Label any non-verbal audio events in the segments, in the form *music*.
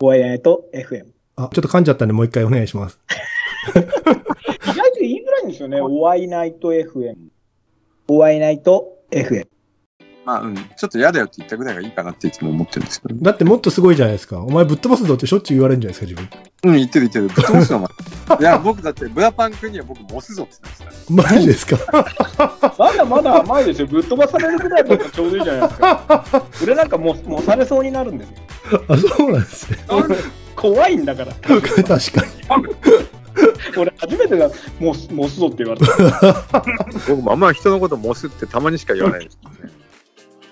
おやいと FM。あ、ちょっと噛んじゃったんで、もう一回お願いします。意外と言いづらいんですよね。お会いナイト FM。お会いナイト FM。まあ、うん。ちょっと嫌だよって言ったぐらいがいいかなっていつも思ってるんですけど。だってもっとすごいじゃないですか。お前ぶっ飛ばすぞってしょっちゅう言われるんじゃないですか、うん、言ってる言ってる。ぶっ飛ばす *laughs* のも。いや、僕だって、ブラパン君には僕も押すぞって言ってまし自分。マジですかまだまだ甘いですよ。ぶっ飛ばされるぐらいだったらちょうどいいじゃないですか。俺なんかもう、もうされそうになるんですよ。 *laughs* あ、そうなんですね。怖いんだから。確かに。俺初めてが、もう、もうすぞって言われた。た。僕もあんまり人のことも押すってたまにしか言わないです、ね。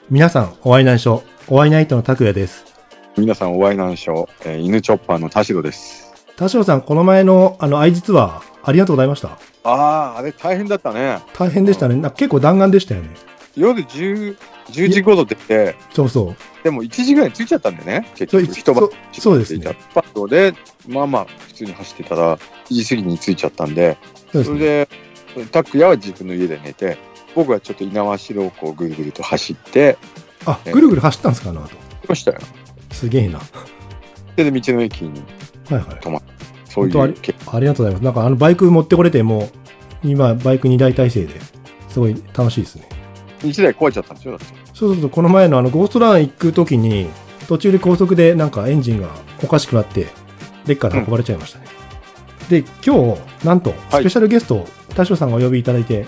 皆さん、お会いないしょ。お会いナイトの拓也です。皆さんお会いなんでしょう。えー犬チョッパーの田代です。田代さん、この前の、あの、合図ツアー、ありがとうございました。ああ、あれ大変だったね。大変でしたね。なんか結構弾丸でしたよね。夜10、10時頃出て、そうそう。でも1時ぐらいに着いちゃったんでね。結そう局、一晩そ。そうですね着いちゃった。パッとで、まあまあ、普通に走ってたら、1時過ぎに着いちゃったんで、そうですそねれで、タックヤは自分の家で寝て、僕はちょっと猪苗代をこうぐるぐると走って、あ、ぐるぐる走ったんですか、あの後。来ましたよ。すげえな。はそれで道の駅に、いはい。そう本い当あれうけ、ありがとうございます。なんかあのバイク持ってこれて、もう、今、バイク2台体制で、すごい楽しいですね。 1台壊れちゃったんですよ、だって。そうそうそう、この前のあの、ゴーストラン行くときに、途中で高速でなんかエンジンがおかしくなって、レッカーで運ばれちゃいましたね。で、今日、なんと、はいスペシャルゲストを、田代さんがお呼びいただいて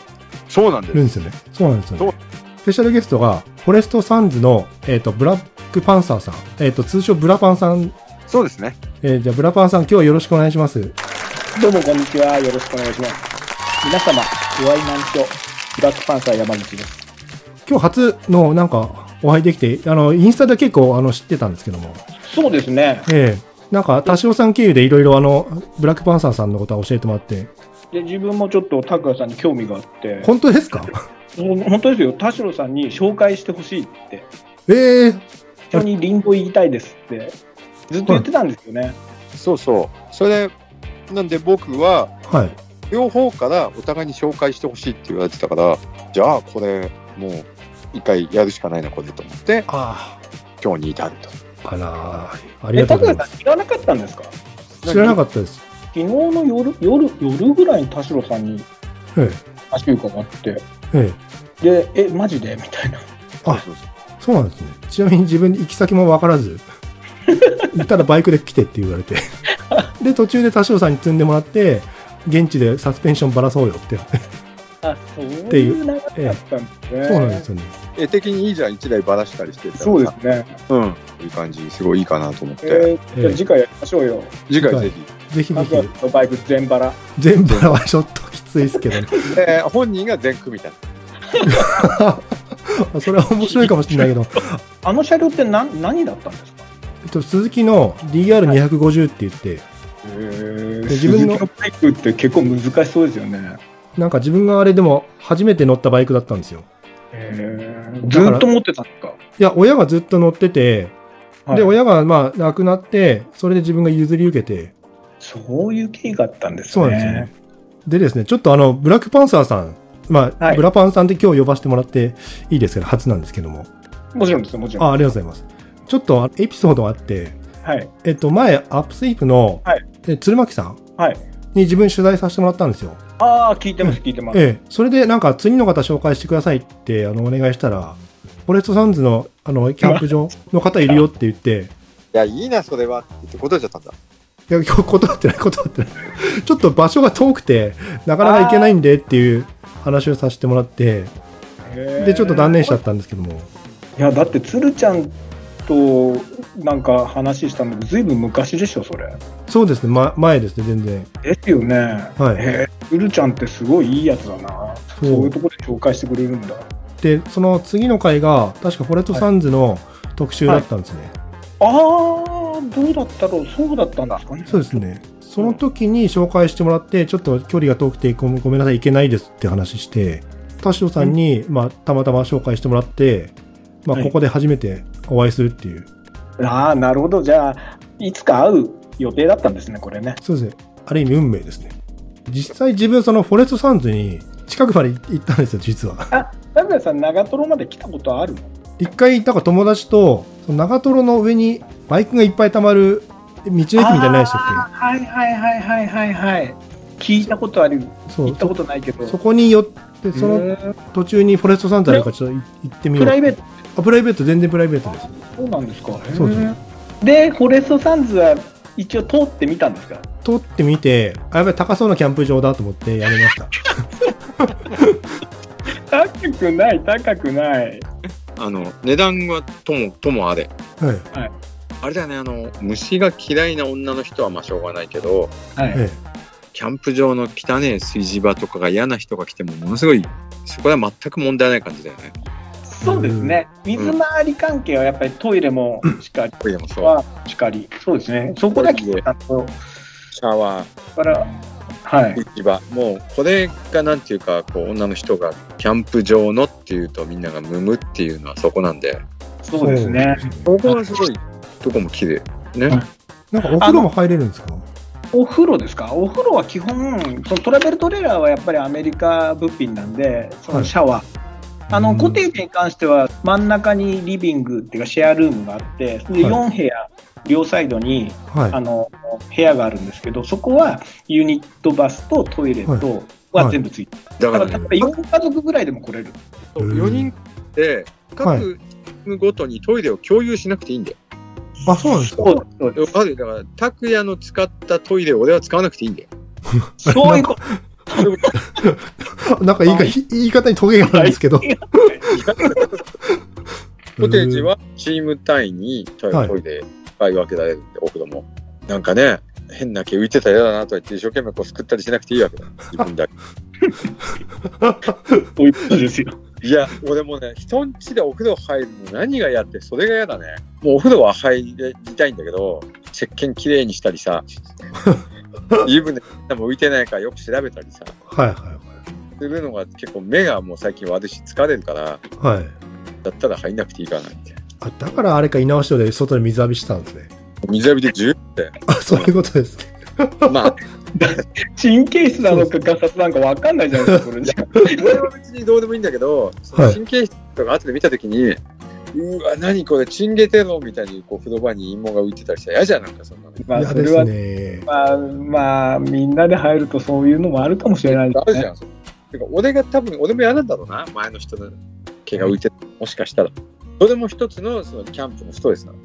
そうなんでするんですよね。そうなんですよそねう。スペシャルゲストが、フォレストサンズの、えっ、と、ブラックパンサーさん、えっ、と、通称ブラパンさん、そうですね。えーじゃあ、ブラパンさん、今日はよろしくお願いします。どうもこんにちは。よろしくお願いします。皆様、お会いなんしょ。ブラックパンサー山口です。今日初の、なんか、お会いできて、あの、インスタで結構、あの、知ってたんですけども、そうですね。ええなんか、田代さん経由でいろいろあの、ブラックパンサーさんのことは教えてもらって、で、自分もちょっと拓也さんに興味があって、本当ですかほん本当ですよ。田代さんに紹介してほしいって。ええ一緒にリンゴ言いたいですって、ずっと言ってたんですよね。そうそう。それ、なんで僕は、はい。両方からお互いに紹介してほしいって言われてたから、じゃあこれ、もう一回やるしかないな、これと思って、あ今日に至るあ。あらーありえ、がとう拓ござ也いまさんす。知らなかったんですかと。知らなっかったです。昨日の夜、夜、夜ぐらいに田代さんにえ足伺って、え。ええ。で、え、マジでみたいな。たそうなんですね。ちなみに自分、行き先もわから *laughs* ず、ただバイクで来てって言われて。で、途中で田代さんに積んでもらって、現地でサスペンションばらそうよって。あ、そうていいうう流れだったんですね。そうなんですよね。絵的にいいじゃん、一台ばらしたりしてたらさそうですね。うん。いい感じ、すごいいいかなと思って。えー、じゃええあ次回やりましょうよ。次回ぜひ。ぜひぜ拓ひ也、のバイク全バラ。全部はちょっときついですけど、ね、えー本人が全組みたいな。それは面白いかもしれないけど、あの車両って何何だったんですかえっと、鈴木の DR250 って言って、自自分分ののバイクって結構難しそうですよね。なんか自分があれでも初めて乗ったバイクだったんですよ。ずっと持ってたんですかいや、親がずっと乗ってて、はいで、親がまあ亡くなって、それで自分が譲り受けて、そういう経緯があったんですね。そうなんですよね。でですね、ちょっとあの、ブラックパンサーさん、まあ、はいブラパンさんって今日呼ばせてもらっていいですけど、初なんですけども。もちろんですよ、もちろん。あありがとうございます。ちょっとあエピソードがあって、はい。えっと、前、アップスイープの、はいえ鶴巻さんはい。に自分取材させてもらったんですよ。ああ、聞いてます、聞いてます。ええ、それでなんか次の方紹介してくださいってあのお願いしたら、フォレストサンズのあのキャンプ場の方いるよって言って、いや、いいな、それは。って言って答えちゃったんだ。いや、今日断ってない、断ってない。ちょっと場所が遠くて、なかなか行けないんでっていう話をさせてもらって、へーで、ちょっと断念しちゃったんですけども。いや、だって、つるちゃんとなんか話したの、ずいぶん昔でしょ、それ。そうですね、ま、前ですね、全然。ですよね。はいへーつるちゃんってすごいいいやつだな。そそうういうところで紹介してくれるんだ。で、その次の回が、確かフォレストサンズの特集だったんですね。ああ、どうだったろう、そうだったんですかね。そうですね。その時に紹介してもらって、ちょっと距離が遠くてごめんごめんなさい、行けないですって話して、田代さんに、まあ、たまたま紹介してもらって、まあ、はいここで初めてお会いするっていう。ああ、なるほど。じゃあ、いつか会う予定だったんですね、これね。そうですね。ある意味運命ですね。実際自分、そのフォレストサンズに近くまで行ったんですよ、実は。田村さん、長瀞まで来たことあるの一回、だから友達と、その長瀞の上にバイクがいっぱい溜まる道の駅みたいにないでしたっあーはいはいはいはいはいはい。聞いたことある。けそ行っうたこそとないけど。そこに寄ってそのへー途中にフォレストサンタなんかちょっと行ってみよプうライベートあプライベート全然プライベートですそうなんですか。そうですへーで、フォレストサンズは一応通ってみたんですか通ってみてあやっぱり高そうなキャンプ場だと思ってやめました高くない、高くない。あの、値段はとも、ともあれ。はい、あれだよね、あの、虫が嫌いな女の人はまあしょうがないけど、はい。えキャンプ場の汚い炊事場とかが嫌な人が来てもものすごい、そこは全く問題ない感じだよね。そうですね。水回り関係はやっぱりトイレもしっかり。トイレもそう。はしっかり。そうですね。そこだけちゃんと。シャワー、から、はい。炊事場。もう、これがなんていうか、こう、女の人がキャンプ場のっていうとみんながムムっていうのはそこなんえで、そうですね。ここはすごい、どこも綺麗。ね。なんかお風呂も入れるんですかお風呂ですかお風呂は基本、そのトラベルトレーラーはやっぱりアメリカ物品なんで、そのシャワー。あうの、んコテージに関しては真ん中にリビングっていうかシェアルームがあって、では4部屋、両サイドに、はいあの、部屋があるんですけど、そこはユニットバスとトイレとはいは全部ついてる。だかだらかねら、4家族ぐらいでも来れる。うん4人で、はい各チームごとにトイレを共有しなくていいんだよ。あそうなんですかそうそうわかるだから、拓也の使ったトイレを俺は使わなくていい *laughs* んだよ。そういうこと。なんか言いか言い方にトゲがあるんですけ *laughs* どコテージ *laughs* はチーム単位にトイレ,、はいトイレが分けられるんで、お風呂も。なんかね、変な毛浮いてたら嫌だなとか言って、一生懸命こうすくったりしなくていいわけだ。自分だけ。そういうことですよ。いや、俺もね、人ん家でお風呂入るの何が嫌って、それが嫌だね。もうお風呂は入りたいんだけど、石鹸きれいにしたり *laughs* さ、湯船も浮いてないからよく調べたりさ、はいはするのが結構目がもう最近悪いし疲れるから、いはいはいだったら入んなくていいかなって。あだからあれか居直しとで外で水浴びしてたんですね水浴びで十あそういうことですね分、まあ、神経質なのか、観察なんかわかんないじゃないですか、これね。俺は別にどうでもいいんだけど、その神経質とか後で見たときに、うわ、何これ、チンゲテロみたいにこう風呂場に陰謀が浮いてたりしたら嫌じゃん、なんかそんなの。まあ、嫌そでれはすねまあ、まあ、みんなで入るとそういうのもあるかもしれないであるすじね。ゃん。てか俺が多分、俺も嫌なんだろうな、前の人の毛が浮いてた、もしかしたら。それも一つのそのキャンプのストレスなの。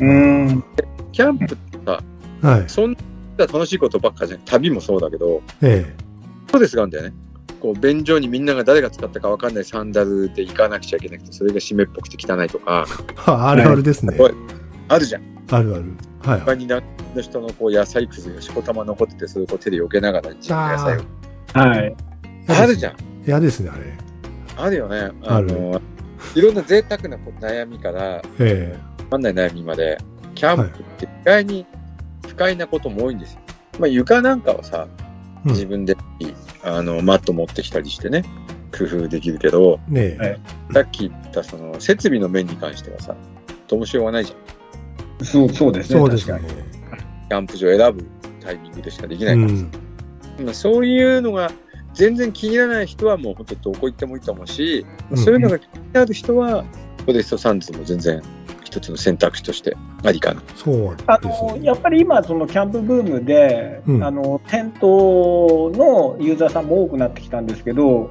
うん。キャンプってさ、はいそんな楽しいことばっかじゃん。旅もそうだけど、ええストレスがあるんだよね。こう便所にみんなが誰が使ったか分かんないサンダルで行かなくちゃいけなくてそれが湿っぽくて汚いとかああるあるですねはいあるじゃんあるあるはいは他いに何の人のこう野菜くずがしこたま残っててそれをこう手で避けながら自分の野菜をはい。あるじゃん嫌ですねあれあるよねああるのいろんな贅沢なこう悩みからえ分かんない悩みまでキャンプって意外に不快なことも多いんですよ、まあ、床なんかはさうん自分で、あのマット持ってきたりしてね工夫できるけどえねはえいさっき言ったその設備の面に関してはさどうしようがないじゃんそう、そうですね。そうですね確かキャンプ場選ぶタイミングでしかできなういからさ、んまあ、そういうのが全然気にならない人はもう本当どこ行ってもいいと思うし、うんそういうのが気になる人はフォレストサンズも全然一つの選択肢としてありかな。そうあですの、ねやっぱり今、そのキャンプブームで、うんあの、テントのユーザーさんも多くなってきたんですけど、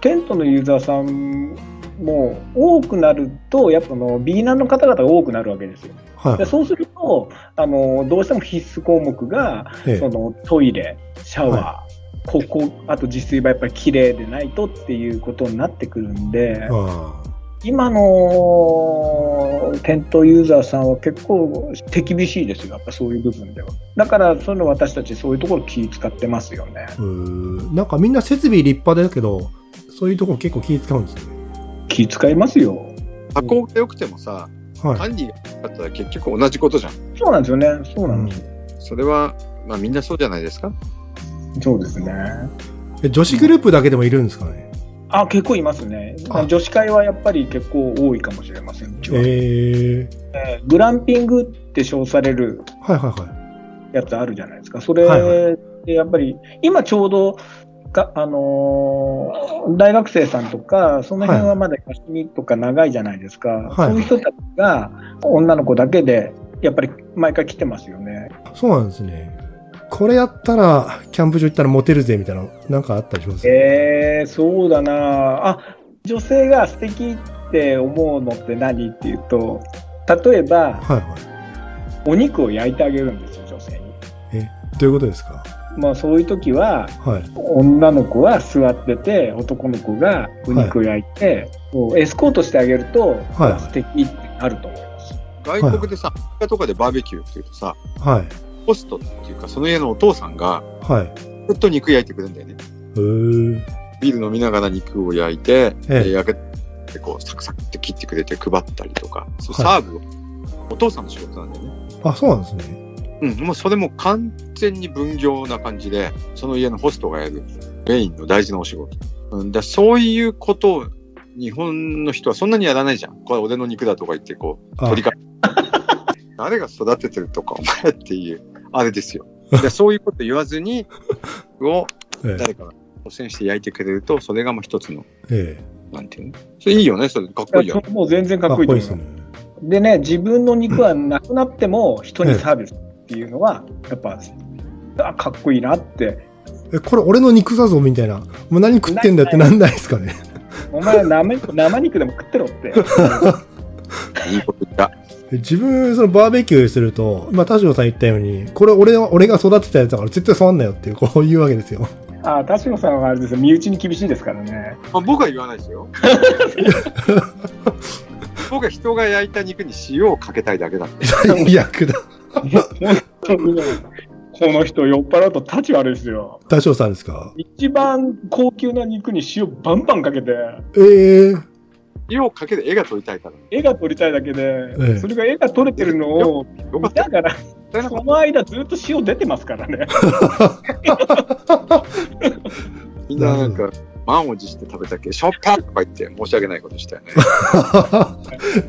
テントのユーザーさんも多くなると、やっぱその、ビーナーの方々が多くなるわけですよ。はでいそうすると、あの、どうしても必須項目が、えそえのトイレ、シャワー、ここ、あと自炊はやっぱり綺麗でないとっていうことになってくるんで、あ今のテントユーザーさんは結構手厳しいですよ、やっぱそういう部分では。だから、そういうの私たちそういうところ気使ってますよね。あうーなんかみんな設備立派だけどそういうところ結構気使うんですね気使いますよ。箱が良くてもさ、はい管理が良かったら結局同じことじゃん。そうなんですよね。そうなんですよ。それは、まあみんなそうじゃないですか。そうですね。え女子グループだけでもいるんですかねあ、結構いますねあ。女子会はやっぱり結構多いかもしれません。うちはえええーグランピングって称されるはいはいはいやつあるじゃないですか。それはいはでやっぱり、今ちょうどが、あのー大学生さんとか、その辺はまだ休みとか長いじゃないですか。はいそういう人たちが、女の子だけでやっぱり毎回来てますよね。そうなんですね。これやったら、キャンプ場行ったらモテるぜみたいな、なんかあったりします、えー、そうだなああ女性が素敵って思うのって何っていうと例えばはいはお肉を焼いてあげるんですよ女性に、い。どういうことですかまあ、そういう時ははい。女の子は座ってて男の子がお肉を焼いて、こうエスコートしてあげると、はい素敵ってなると思います外国でさ、アメリカとかでバーベキューっていうとさ、はい。ホストっていうか、その家のお父さんが、はい。ずっと肉焼いてくれるんだよね。えー。ビール飲みながら肉を焼いて、ええで焼けて、こう、サクサクって切ってくれて配ったりとか、そうはサーブを、お父さんの仕事なんだよね。あ、そうなんですね。うん、もうそれも完全に分業な感じで、その家のホストがやるメインの大事なお仕事。うん、だそういうことを日本の人はそんなにやらないじゃん。これ俺の肉だとか言って、こう、あ取りか *laughs* 誰が育ててるとか、お前っていう、あれで *laughs* すよ。でそういうこと言わずに、をええ誰かが汚染して焼いてくれると、それがもう一つの、えなんていうのそれいいよね、それ。かっこいいいやよね。それもう全然えかっこいいと思いますかっこいいですね。でね、自分の肉はなくなっても人にサービスっていうのは、やっぱ、あかっこいいなって、え、これ俺の肉だぞみたいな。もう何食ってんだよってなんないですかね。お前生 *laughs* 肉生肉でも食ってろって。いいこと言った。自分、そのバーベキューすると、今、田代さん言ったように、これ俺は、俺が育てたやつだから絶対触んなよっていう、こういうわけですよ。ああ、田代さんはあれですよ、身内に厳しいですから *laughs* ね。まあ、僕は言わないです *laughs* よ。僕は人が焼いた肉に塩をかけたいだけだって。最 *laughs* 悪だ。本当にねこの人酔っ払うと立ち悪いですよ。田代さんですか一番高級な肉に塩バンバンかけて、ええ *laughs* 塩をかけて絵が撮りたいから。絵が撮りたいだけで、ええそれが絵が撮れてるのをよ見かった。たから、だからその間ずっと塩出てますからね。みんななんか、満を持して食べたっけ、しょっぱとか言って申し訳ないことしたよ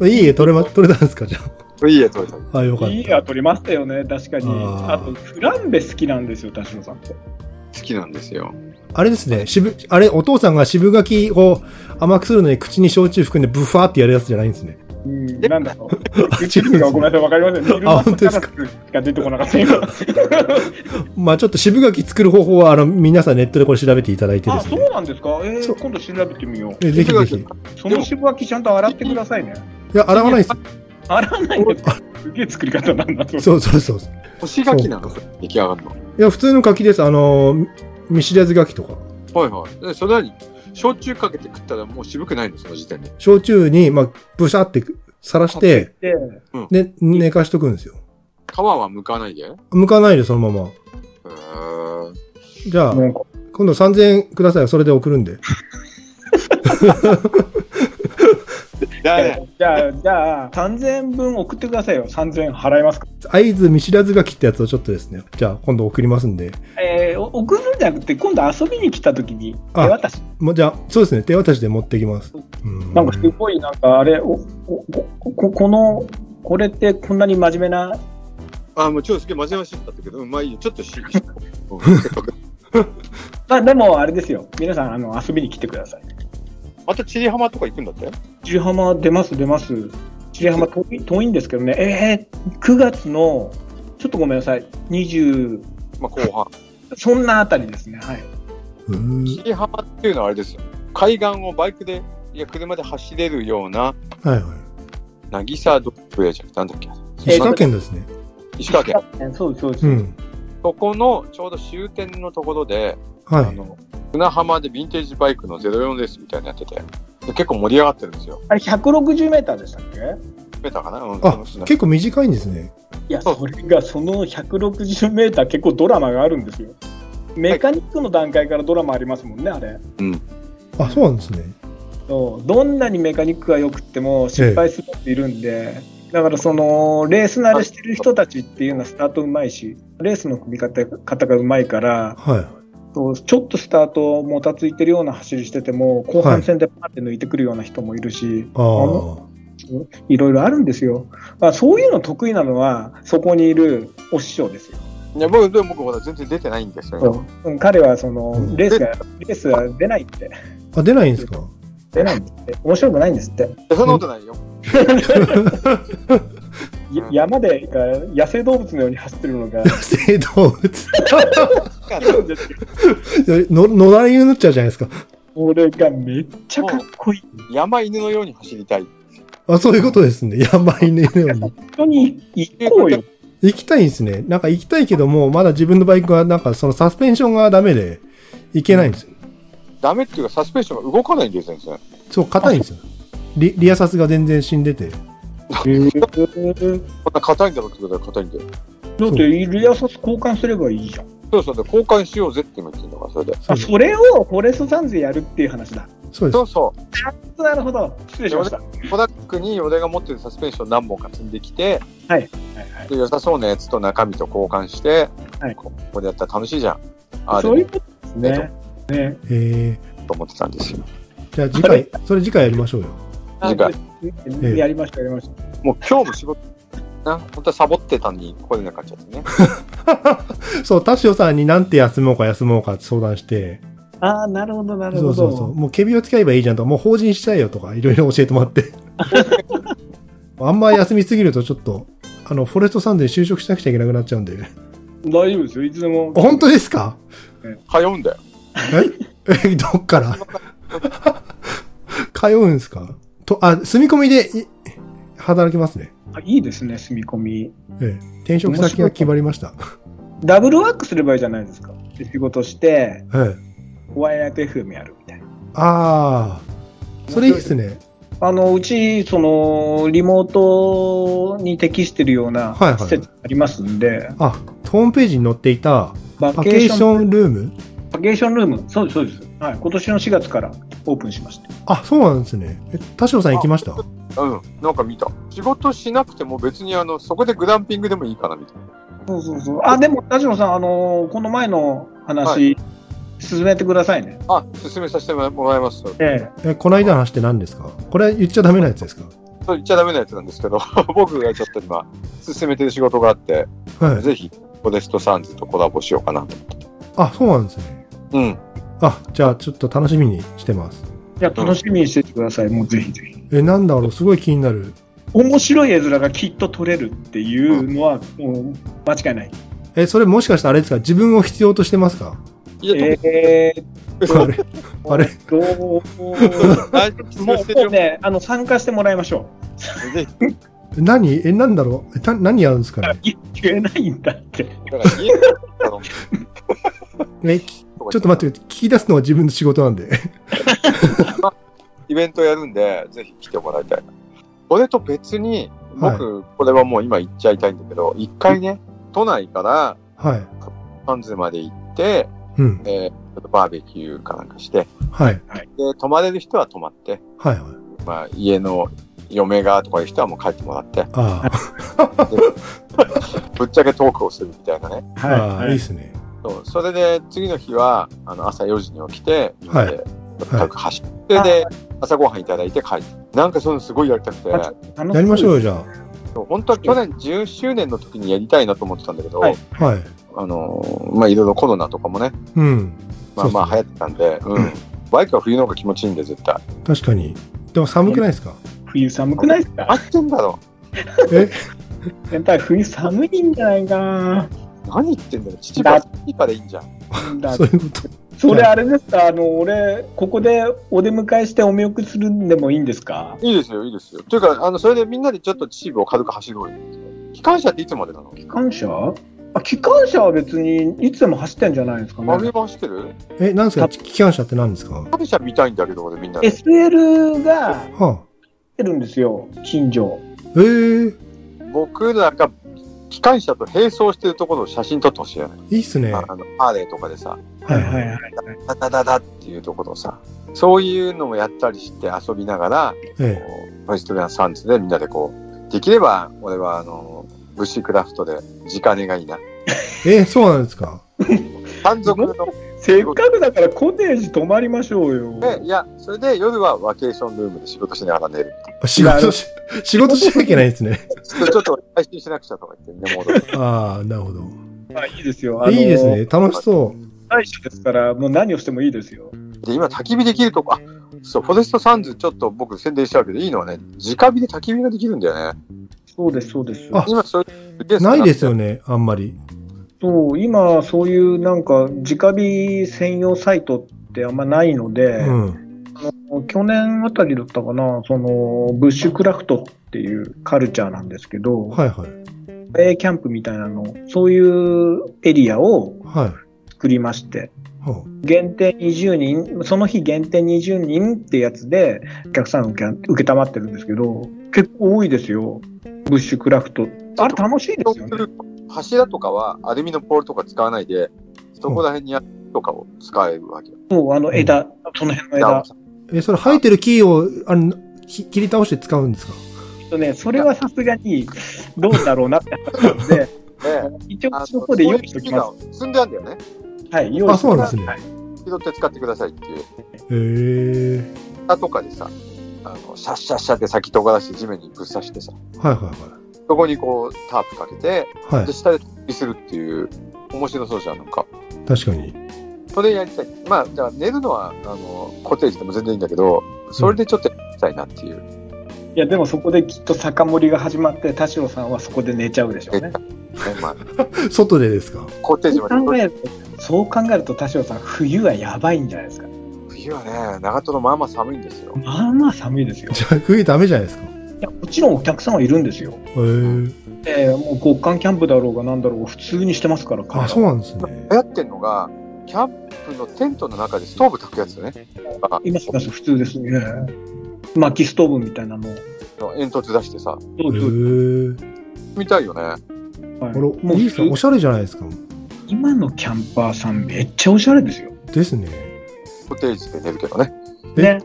ね。いい絵撮れま、撮れたんですかじゃいい絵撮れた。あ。あ、よかった。いいや撮りましたよね、確かに。あーあと、フランベ好きなんですよ、田代さんって。好きなんですよ。あれですね、渋、あれ、お父さんが渋柿を甘くするのに口に焼酎含んでブファーってやるやつじゃないんですね。うん、なんだろう。口にがごめんなさい、わかりません。ミルマあ本当ですかカラスしか出てこなかった、今。まあちょっと渋柿作る方法は、あの、皆さんネットでこれ調べていただいてであ、すそねう。なんですかえそうー、今度調べてみよう。えぜひぜひ。いその渋脇ちゃんと洗ってくださいね。や、洗わないです。洗わないんですかすげえ作り方なんだと。そうそうそう。い干し柿なのそれ出来上がるの。や、普通の柿です。あの、見知らず柿とか。はいはい。でそれなりに、焼酎かけて食ったらもう渋くないの、その時点で。焼酎に、まあ、ブシャってさらして、で、で、寝かしとくんですよ。皮は剥かないで。へ向かないで、そのまま。ーじゃあ、なんか、今度3000円ください。それで送るんで。だね。じゃあ、じゃあ、3000円分送ってくださいよ。3000円払いますか合図見知らず柿ってやつをちょっとですね、じゃあ今度送りますんで。えー、お送るんじゃなくて、今度遊びに来た時に手あ渡し。もうじゃあ、そうですね、手渡しで持ってきます。うんなんかすごい、なんかあれ、おおこここの、これってこんなに真面目な、あ、もうちょっとすげえ真面目しちゃったけど、うんまあいいよ。ちょっ *laughs* とし、うんせっかくまあでもあれですよ、皆さんあの遊びに来てください。また千里浜とか行くんだって千里浜出ます、出ます。千里浜遠い遠いんですけどね、えー、9月の、ちょっとごめんなさい、20、まあ後半。そんなあたりですね、はい。うん千里浜っていうのはあれですよ。海岸をバイクで、いや、車で走れるような、はいは渚ドッグやじゃなくて、なんだっけい。石川県ですね。石川県。そうです、そうです。うん。そこのちょうど終点のところで、はあい。の、砂浜でヴィンテージバイクの04レースみたいなのやってて、で結構盛り上がってるんですよ。あれ、160メーターでしたっけベタかなうん。あ、砂結構短いんですね。いや、そうそれが、その160メーター、結構ドラマがあるんですよ。メカニックの段階からドラマありますもんね、あれ。あ、そうなんですね。そうどんなにメカニックが良くっても失敗する人いるんで、だからそのレース慣れしてる人たちっていうのはスタートうまいし、レースの組み方方がうまいから、はそうちょっとスタートもたついてるような走りしてても、後半戦でパーって抜いてくるような人もいるし、い。ああ。い、ろいろあるんですよ。まあ、そういうの得意なのは、そこにいるお師匠ですよ。いや、僕、でも僕ほら全然出てないんですよ。うん彼はそのうんレースが、レースは出ないって、あ、出ないんですか出ないんですって、面白くないんですって。いやそんなことないよ。や山でか野生動物のように走ってるのが野生動物。いるんですけどの野良犬になっちゃうじゃないですか。これがめっちゃかっこいい山犬のように走りたい。あ、そういうことですね。山犬のように。本当に行こうよ行きたいんですね。なんか行きたいけども、まだ自分のバイクは、なんかそのサスペンションがダメで、行けないんですよ。ダメっていうか、サスペンションが動かないんですよね。そう、硬いんですよ。リリアサスが全然死んでて。こんな硬いんだろうってことは硬いんだよ。だってリアサス交換すればいいじゃんそうそう、で交換しようぜって今言ってんだから、それで。そあうそれをフォレストサンズでやるっていう話だそうでそうそなるほど失礼しましたはう、コダックに俺が持ってるサスペンション何本か積んできて、いはいで良さそうなやつと中身と交換して、はいこここでやったら楽しいじゃん。ああ、でそうもいうことですね。ねす。えと思ってたんですよ。ー、じゃあ次回、それ次回やりましょうよ。次回ええやりました、やりましもう今日も仕事、な、本当はサボってたのに、ここでなっかっちゃってね。そう、田代さんになんて休もうか休もうかって相談して、た。ああ、なるほど、なるそほうそうそどう、。もうケビを使えばいいじゃんとか、もう法人したいよとか、いろいろ教えてもらって。 *laughs* あんま休みすぎると、ちょっと、あの、フォレストサンデー就職しなくちゃいけなくなっちゃうんで。 *laughs* 大丈夫ですよ、いつでも。あ本当ですか *laughs* 通う *laughs* んだよ。え、どっから通うんすかと、あ、住み込みで、い働きますね。あいいですね、住み込み。ええ、転職先が決まりました。 *laughs* ダブルワークすればいいじゃないですか。で仕事して、ええ、ホワイライト FM やるみたいな。ああ、それいいですね。あの、うち、その、リモートに適してるようなはいはい施設ありますんで、あ、ホームページに載っていた、バパケケーシーション、ョンルームバケーションルーム、そうです、そうです。はい、今年の4月からオープンしました。あ、そうなんですね。え、田代さん行きましたうん、なんか見た。仕事しなくても別にあの、そこでグランピングでもいいかな、みたいな。そうそうそう。あ、でも、田代さん、あの、この前のは話、進めてくださいね。あ、進めさせてもらいます。それええ、この間の話って何ですかこれ言っちゃダメなやつですか言っちゃダメなやつなんですけど、 *laughs* 僕がちょっと今、進めてる仕事があって、はい。ぜひ、フォレストサンズとコラボしようかなと。あ、そうなんですね。うん。あ、じゃあちょっと楽しみにしてます。え。じゃあ、楽しみにしててください。もうぜひぜひ。え、なんだろう、すごい気になる。面白い絵面がきっと撮れるっていうのは、もう間違いない。え、それもしかしてあれですか自分を必要としてますかいや、えー、あ *laughs* れあれどうも大丈夫うもうもうねね、あの参加してもらいましょぜひ何え、なんだろうえた何やるんですかねう。い言えないんだって。だから家か *laughs* らのえ、 *laughs* きちょっと待って、聞き出すのは自分の仕事なんで。 *laughs* イベントやるんで、ぜひ来てもらいたいな。それと別に、僕、これはもう今行っちゃいたいんだけど、一回ね、都内からはい。サンズまで行って、うん。えーちょっとバーベキューかなんかして、はい。で、泊まれる人は泊まって、はいはい。まあ、家の嫁がとかいう人はもう帰ってもらって、あぶっちゃけトークをするみたいなね。あ、ああ、いいいで。すね。そうそれで、次の日は、あの、朝4時に起きて、みんなで、軽く走って、はいで、朝ごはんいただいて帰って。なんかそういうのすごいやりたくて、あ楽やりましょうよ。よ、じゃそう本当は去年10周年の時にやりたいなと思ってたんだけど、はいあ。はい。あのーまあ、いろいろコロナとかもね、うん。まあまあそ流行ってたんで、うん。バイクは冬の方が気持ちいいんで、絶対。確かに。でも寒くないですか冬寒くないです合かってんだろ。え、絶対冬寒いんじゃないかな。何言ってんだよ。父がいいからいいんじゃん。だ *laughs* そういうこと。それあれですかあの、俺、ここでお出迎えしてお見送りするんでもいいんですかいいですよ、いいですよ。というか、あの、それでみんなでちょっと秩父を軽く走ろうよ。機関車っていつまでなの機関車あ機関車は別にいつでも走ってんじゃないですか真冬ね。も走ってるえ、なんですたか機関車って何ですか機関車見たいんだけど、俺みんなで。 SL が来はてるんですよ、近所。あ。えー、僕なんか、機関車と並走してるところを写真撮ってほしいよね。いいっすね。あはあの、ハーレーとかでさ、いはい。いはい。ダダダダっていうところをさ、そういうのもやったりして遊びながら、ええ。こうファイストレアサンズでみんなでこう、できれば、俺はあの、ブッシュクラフトで、直寝がいいな。えそうなんですか単独の、せっかくだからコテージ泊まりましょうよ。で、いや、それで夜はワケーションルームで仕事しながら寝る。仕事し、仕事しなきゃいけないんですね。ちょっと配信しなくちゃとか言って、ね、もう、 *laughs* ああ、なるほど。まあいいですよ。あのいいです。ね。楽しそ大使ですから、もう何をしてもいいですよ。で、今焚き火できるとこ、あ、そう、フォレストサンズちょっと僕宣伝しちゃうけど、いいのはね、直火で焚き火ができるんだよね。そうです、そうです。あ今そういうすげえ少ないですよ。よね、あんまり。そう、今、そういうなんか、直火専用サイトってあんまないので、うん。去年あたりだったかな、その、ブッシュクラフトっていうカルチャーなんですけど、はいはい。バレーキャンプみたいなの、そういうエリアをはい。作りまして、は限定20人、その日限定20人ってやつで、お客さん受け受けたまってるんですけど、結構多いですよ、ブッシュクラフト。あれ楽しいですよね。柱とかはアルミのポールとか使わないで、そこら辺にやつとかを使えるわけよ。もうあの枝、その辺の枝枝を。さい。え、それ生えてる木を、あの、き切り倒して使うんですかちょっとね、それはさすがに、どうだろうなって話なんで、ね一応、あそこで用意しときます。そういう木が積んであるんだよね。はい、用意あ、しとそきうまなんですね。拾って使ってくださいっていへう。え。下とかでさ、あのシャッシャッシャって先尖らして地面にぶっ刺してさ、はいはいそこにこうタープかけて、はい。はで下で突起するっていう、面白そうじゃん、なんか。い。確かに。それやりたい。まあ、じゃあ寝るのは、あの、コテージでも全然いいんだけど、それでちょっとやりたいなっていう。いや、でもそこできっと酒盛りが始まって、田代さんはそこで寝ちゃうでしょうね。ねまあ、外でですか *laughs* コテージまで。考えるとそう考えると田代さん、冬はやばいんじゃないですか。冬はね、長門のまあまあ寒いんですよ。まあまあ寒いですよ。じゃあ、冬ダメじゃないですかへいや、もちろんお客さんはいるんですよ。え。えーもう極寒キャンプだろうがなんだろうが普通にしてますから、彼らあ、そうなんですね流。行ってんのが、キャンプのテントの中でストーブ炊くやつね。あいますいます、普通ですね。薪ストーブみたいなのを。の煙突出してさ、どへうぞえ。見たいよね。はいあら、もういいですかもうおしゃれじゃないですか。今のキャンパーさんめっちゃおしゃれですよ。ですね。 *laughs* コテージで寝るけどね。えね。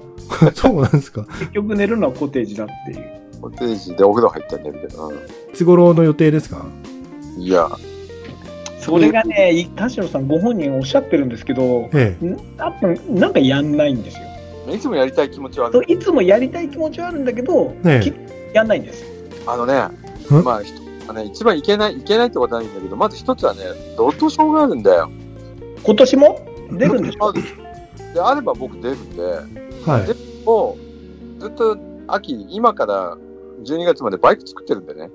そうなんですか。結局寝るのはコテージだっていう。コテージでお風呂入ったら寝るけどな。いつ頃の予定ですかいや、それがね、い田代さんご本人おっしゃってるんですけど、ええ。多分なんかやんないんですよ。いつもやりたい気持ちはあそるう。いつもやりたい気持ちはあるんだけど、ねえきやんないんです。あのね、んまあ、人がね、一番いけない、いけないってことはないんだけど、まず一つはね、ロト症があるんだよ。今年も出るんでしょあるであれば僕出るんで、はい。もう、ずっと秋、今から12月までバイク作ってるんでね。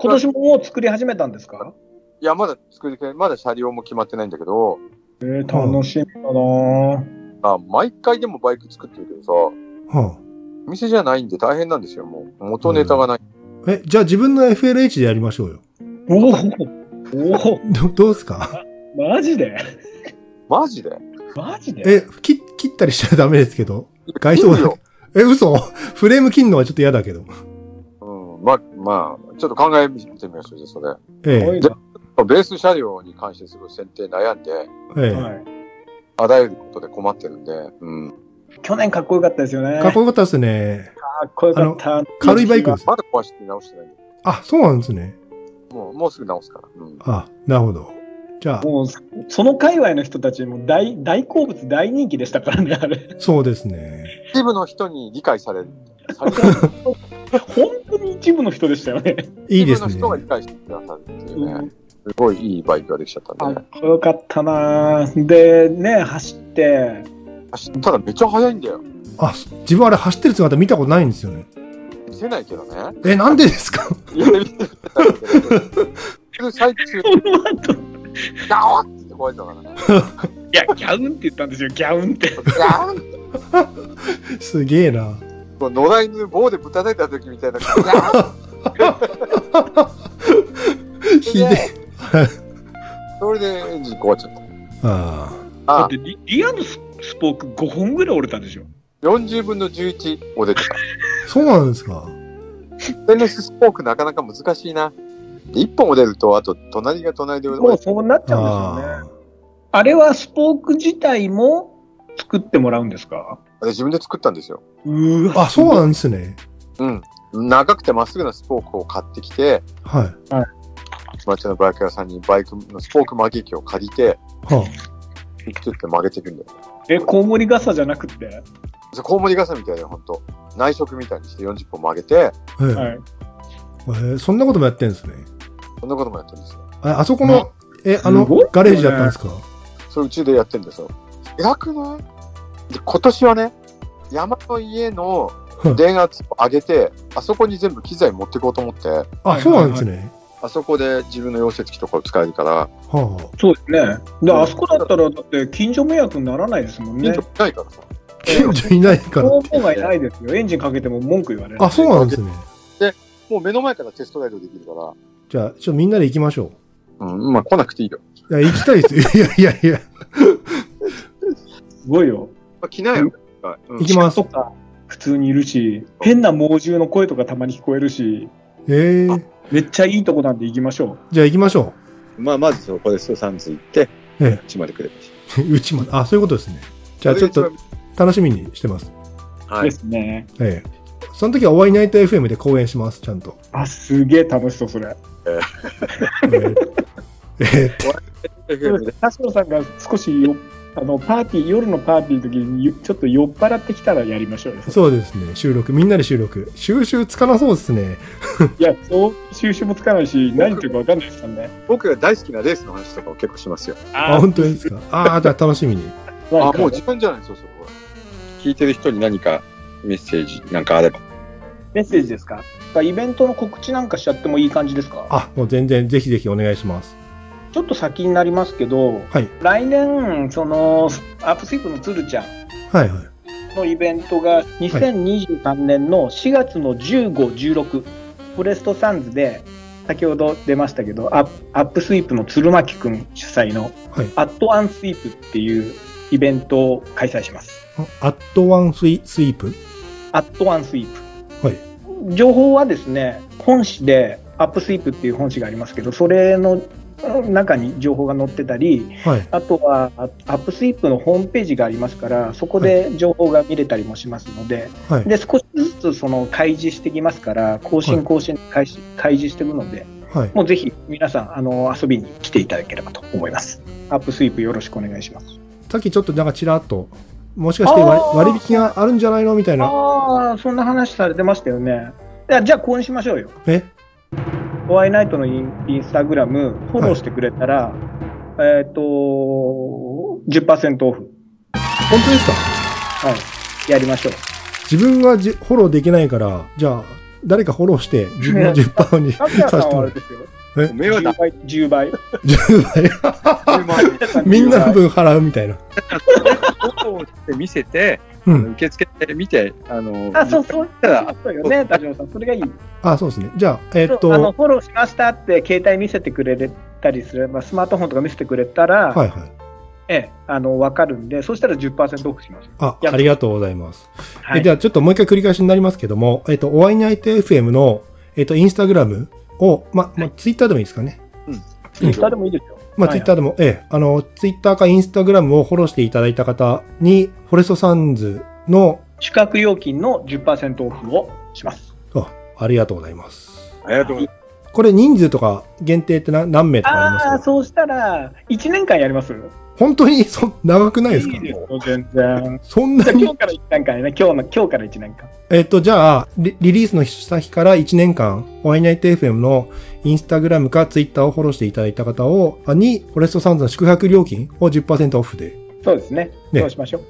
今年ももう作り始めたんですかいや、まだ作りて、まだ車両も決まってないんだけど、えー、楽しみだなぁ。あ毎回でもバイク作ってるけどさ、はお店じゃないんで大変なんですよ、もう。元ネタがない。あ、え、じゃあ自分の FLH でやりましょうよ。おおおおどどうですかマジでマジでマジでえ、切、切ったりしちゃダメですけど。外装いいよ。え、嘘フレーム切んのはちょっと嫌だけど。うん、ま、まあ、ちょっと考えてみましょう、じゃあそれ。えすごいえ。なベース車両に関してすごい選定悩んで、ええ。はいあらゆることで困ってるんで、うん。去年かっこよかったですよね。かっこよかったですね。かっこよかった。軽いバイクです。まだ壊して直してないんで、あ、そうなんですね。もう、もうすぐ直すから。うん。あ、なるほど。じゃあ、もう、その界隈の人たちも大大好物、大人気でしたからね、あれ。そうですね。一部の人に理解 *laughs* される。される本当に一部の人でしたよね。いいですね一。部の人が理解してくださるっていううねん。すごいいいバイクができちゃったかんでっ。こよかったなぁで、ね、走って、走っただめっちゃ速いんだよ。あ、自分あれ走ってる姿見たことないんですよね。見せないけどね。え、なんでですか *laughs* いや、見せないけど。最中、その後、いガオッって壊れたからね。や、ギャウンって言ったんですよ、ギャウンって。ガーンってすげえな。こう野良犬棒でぶたたいた時みたいな。ガーンひでえ。それでエンジン壊っちゃった。あだあっ、てリ、リアのススポーク5本ぐらい折れたんでしょ。 40分の11も出てた。あ、そうなんですか。ステンレススポークなかなか難しいな。で一本も出ると、あと隣が隣でもうそうなっちゃうんですよね。ああれはスポーク自体も作ってもらうんですかあれ自分で作ったんですよ。うあ。あ、そうなんですね。うん。長くてまっすぐなスポークを買ってきて、はい。町のバイク屋さんにバイクのスポーク曲げ機を借りて、はピッてって曲げていくんだよ。 *laughs* え、コウモリ傘じゃなくて、それコウモリ傘みたいで、ほんと。内職みたいにして40本曲げあ。て、ええはい、えーそんなこともやってんですね。そんなこともやってるんですよ。ああそこの、え、あのすごいよね、ガレージだったんですかそれうちでやってるんですよ。偉くないで今年はね、山の家の電圧を上げて、あそこに全部機材持っていこうと思って、はあ、いそうなんですね。あそこで自分の溶接機とかを使えるから、はそうですね。で、あそこだったら、だって近所迷惑にならないですもんね近。所ないからさ。あ。近所いな *laughs* いから。消防害ないですよ。エンジンかけても文句言われない。あ、そうなんですね。もう目の前からテストライドできるかじゃあ、ちょっとみんなで行きましょら、うん、まあ来なくていいよ。う。いや、行きた *laughs* いですよ。いやいやいや。すごいよ。まあ、来なよ。うん行きますと。か、普通にいるし、変な猛獣の声とかたまに聞こえるし、ええめっちゃいいとこなんで行きましょじゃあ行きましょまあ、まずそこでスーサンズ行って、ええうちまで来ればいい。う。う *laughs* ちまで。あ、そういうことですね。じゃあちょっと楽しみにしてます。う。はいで。すね。ええその時はお会いナイト FM で公演します、ちゃんと。あ、すげえ楽しそう、それ。え *laughs* えええ FM で田代さんが少しよあのパーティー、夜のパーティーの時にゆちょっと酔っ払ってきたらやりましょうよ。そうですね。収録。みんなで収録。収集つかなそうですね。いや、そう、収集もつかないし、何言ってるか分かんないですからね。僕が大好きなレースの話とかを結構しますよ。あ、本当にですか。ああ、じゃあ楽しみに。なあん、かもう時間じゃないそうそう。ほら聞いてる人に何かメッセージなんかあれば。メッセージですかイベントの告知なんかしちゃってもいい感じですかあ、もう全然、ぜひぜひお願いします。ちょっと先になりますけど、はい。来年、その、アップスイープのつるちゃんはいはい。のイベントが2023年の4月の15、16、フォレストサンズで、先ほど出ましたけど、アップアップスイープの鶴巻くん主催のはい。アットアンスイープっていうイベントを開催します。あアットワンスイスイープアットアンスイープ。はい情報はですね、本誌で、アップスイープっていう本誌がありますけど、それのうん中に情報が載ってたり、はい。あとはあアップスイープのホームページがありますから、そこで情報が見れたりもしますので、はい。で少しずつその開示してきますから、更は新、い更新、開始開示していくので、はい。もうぜひ皆さんあの遊びに来ていただければと思います。アップスイープよろしくお願いします。さっきちょっとなんかちらっと、もしかして割あー割引があるんじゃないのみたいな。ああ、そんな話されてましたよね。いやじゃあ、こうにしましょうよ。えホワイナイトのインインスタグラム、フォローしてくれたら、えっ、と、10%オフ、本当ですかはい、やりましょう。自分がじフォローできないから、じゃあ、誰かフォローして、自分の10% *laughs* にさラせてさんはもあられう。ですよ。おめえは10倍、10倍。 *laughs* *laughs* 10倍。みんなの分払うみたいな。をして見せて、うん。受付で見て、あの、あ、そう、そうたら、そうよね、田島さん。それがいい。あ、そうですね。じゃあ、えーっと、あのはフォローしましたって携帯見せてくれたりすればスマートフォンとか見せてくれたら、いはい。ええ、あの分かるんでそしたら10%オフします、あ、いやありがとうございます。はえではちょっともう一回繰り返しになりますけども、えっ、と、お会いに相手 FM の、えっ、と、インスタグラムを、ま、ま、ツイッターでもいいですかね。インスタでもいいですよまはあ、ツいイッターでも、ええ、あの、ツイッターかインスタグラムをフォローしていただいた方に、フォレストサンズの、宿泊料金の10%オフをしますあ、ありがとうございます。ありがとうございこれ人数とか限定ってな何名とかありますああかそうしたら1年間やります本当に *laughs* そん長くないですかいいですよ全然 *laughs* そんなじゃあに今日から1年間やね今日の今日から1年間えっと、じゃあ、リリリースの下日から1年間、ワイナイト FM のインスタグラムかツイッターをフォローしていただいた方を、あに、フォレストサンズの宿泊料金を10%オフで、そうですねねそうしましょう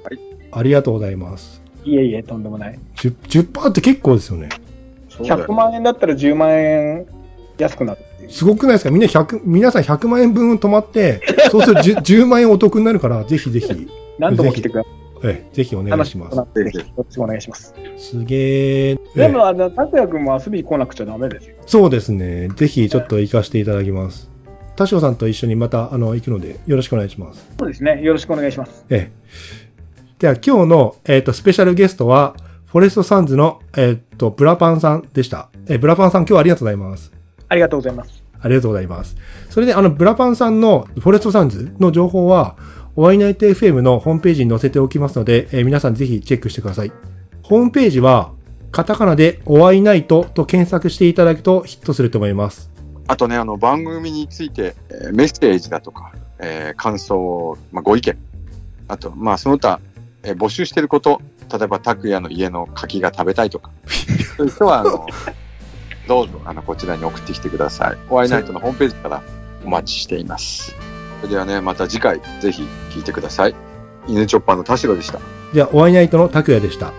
ありがとうございます。いえいえとんでもない 10%, 10%って結構ですよね。ます。 100万円だったら10万円安くなるっていうすごくないですかみんな100、皆さん100万円分泊まって、 *laughs* そうすると 10, 10万円お得になるから、ぜひぜひ、何度も来てくださいええぜひお願いします。楽しくなってよろしくお願いしますすげえ。でえも、あの、拓也君も遊びに来なくちゃダメですよえ。そうですね。ぜひちょっと行かせていただきます。田代さんと一緒にまた、あの、行くので、よろしくお願いします。そうですね。よろしくお願いします。ええ。では今日の、えっ、と、スペシャルゲストは、フォレストサンズの、えっ、と、ブラパンさんでした。えーブラパンさん今日はありがとうございます。ありがとうございます。ありがとうございます。それで、あの、ブラパンさんのフォレストサンズの情報は、お会いナイト FM のホームページに載せておきますので、えー皆さんぜひチェックしてください。ホームページは、カタカナでお会いナイトと検索していただくとヒットすると思います。あとね、あの、番組について、えーメッセージだとか、えー感想、まあ、ご意見、あと、まあ、その他、えー募集してること、例えば、拓也の家の柿が食べたい *laughs* とか、そういう人は、あの、どうぞ、あの、こちらに送ってきてください。ホワイナイトのホームページからお待ちしています。それではね、また次回、ぜひ聞いてください。犬チョッパーの田代でした。では、お会いナイトの拓也でした。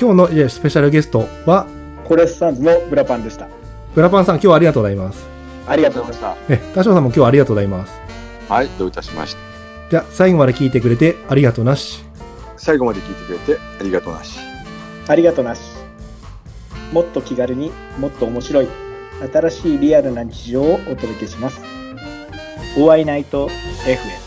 今日のいやスペシャルゲストは、コレスサンズのブラパンでした。ブラパンさん、今日はありがとうございます。ありがとうございました。た。え、田代さんも今日はありがとうございます。はい、どういたしまして。じゃあ、最後まで聞いてくれてありがとうなし。最後まで聞いてくれてありがとうなし。ありがとなし。もっと気軽にもっと面白い、新しいリアルな日常をお届けします。お会いナイト FM。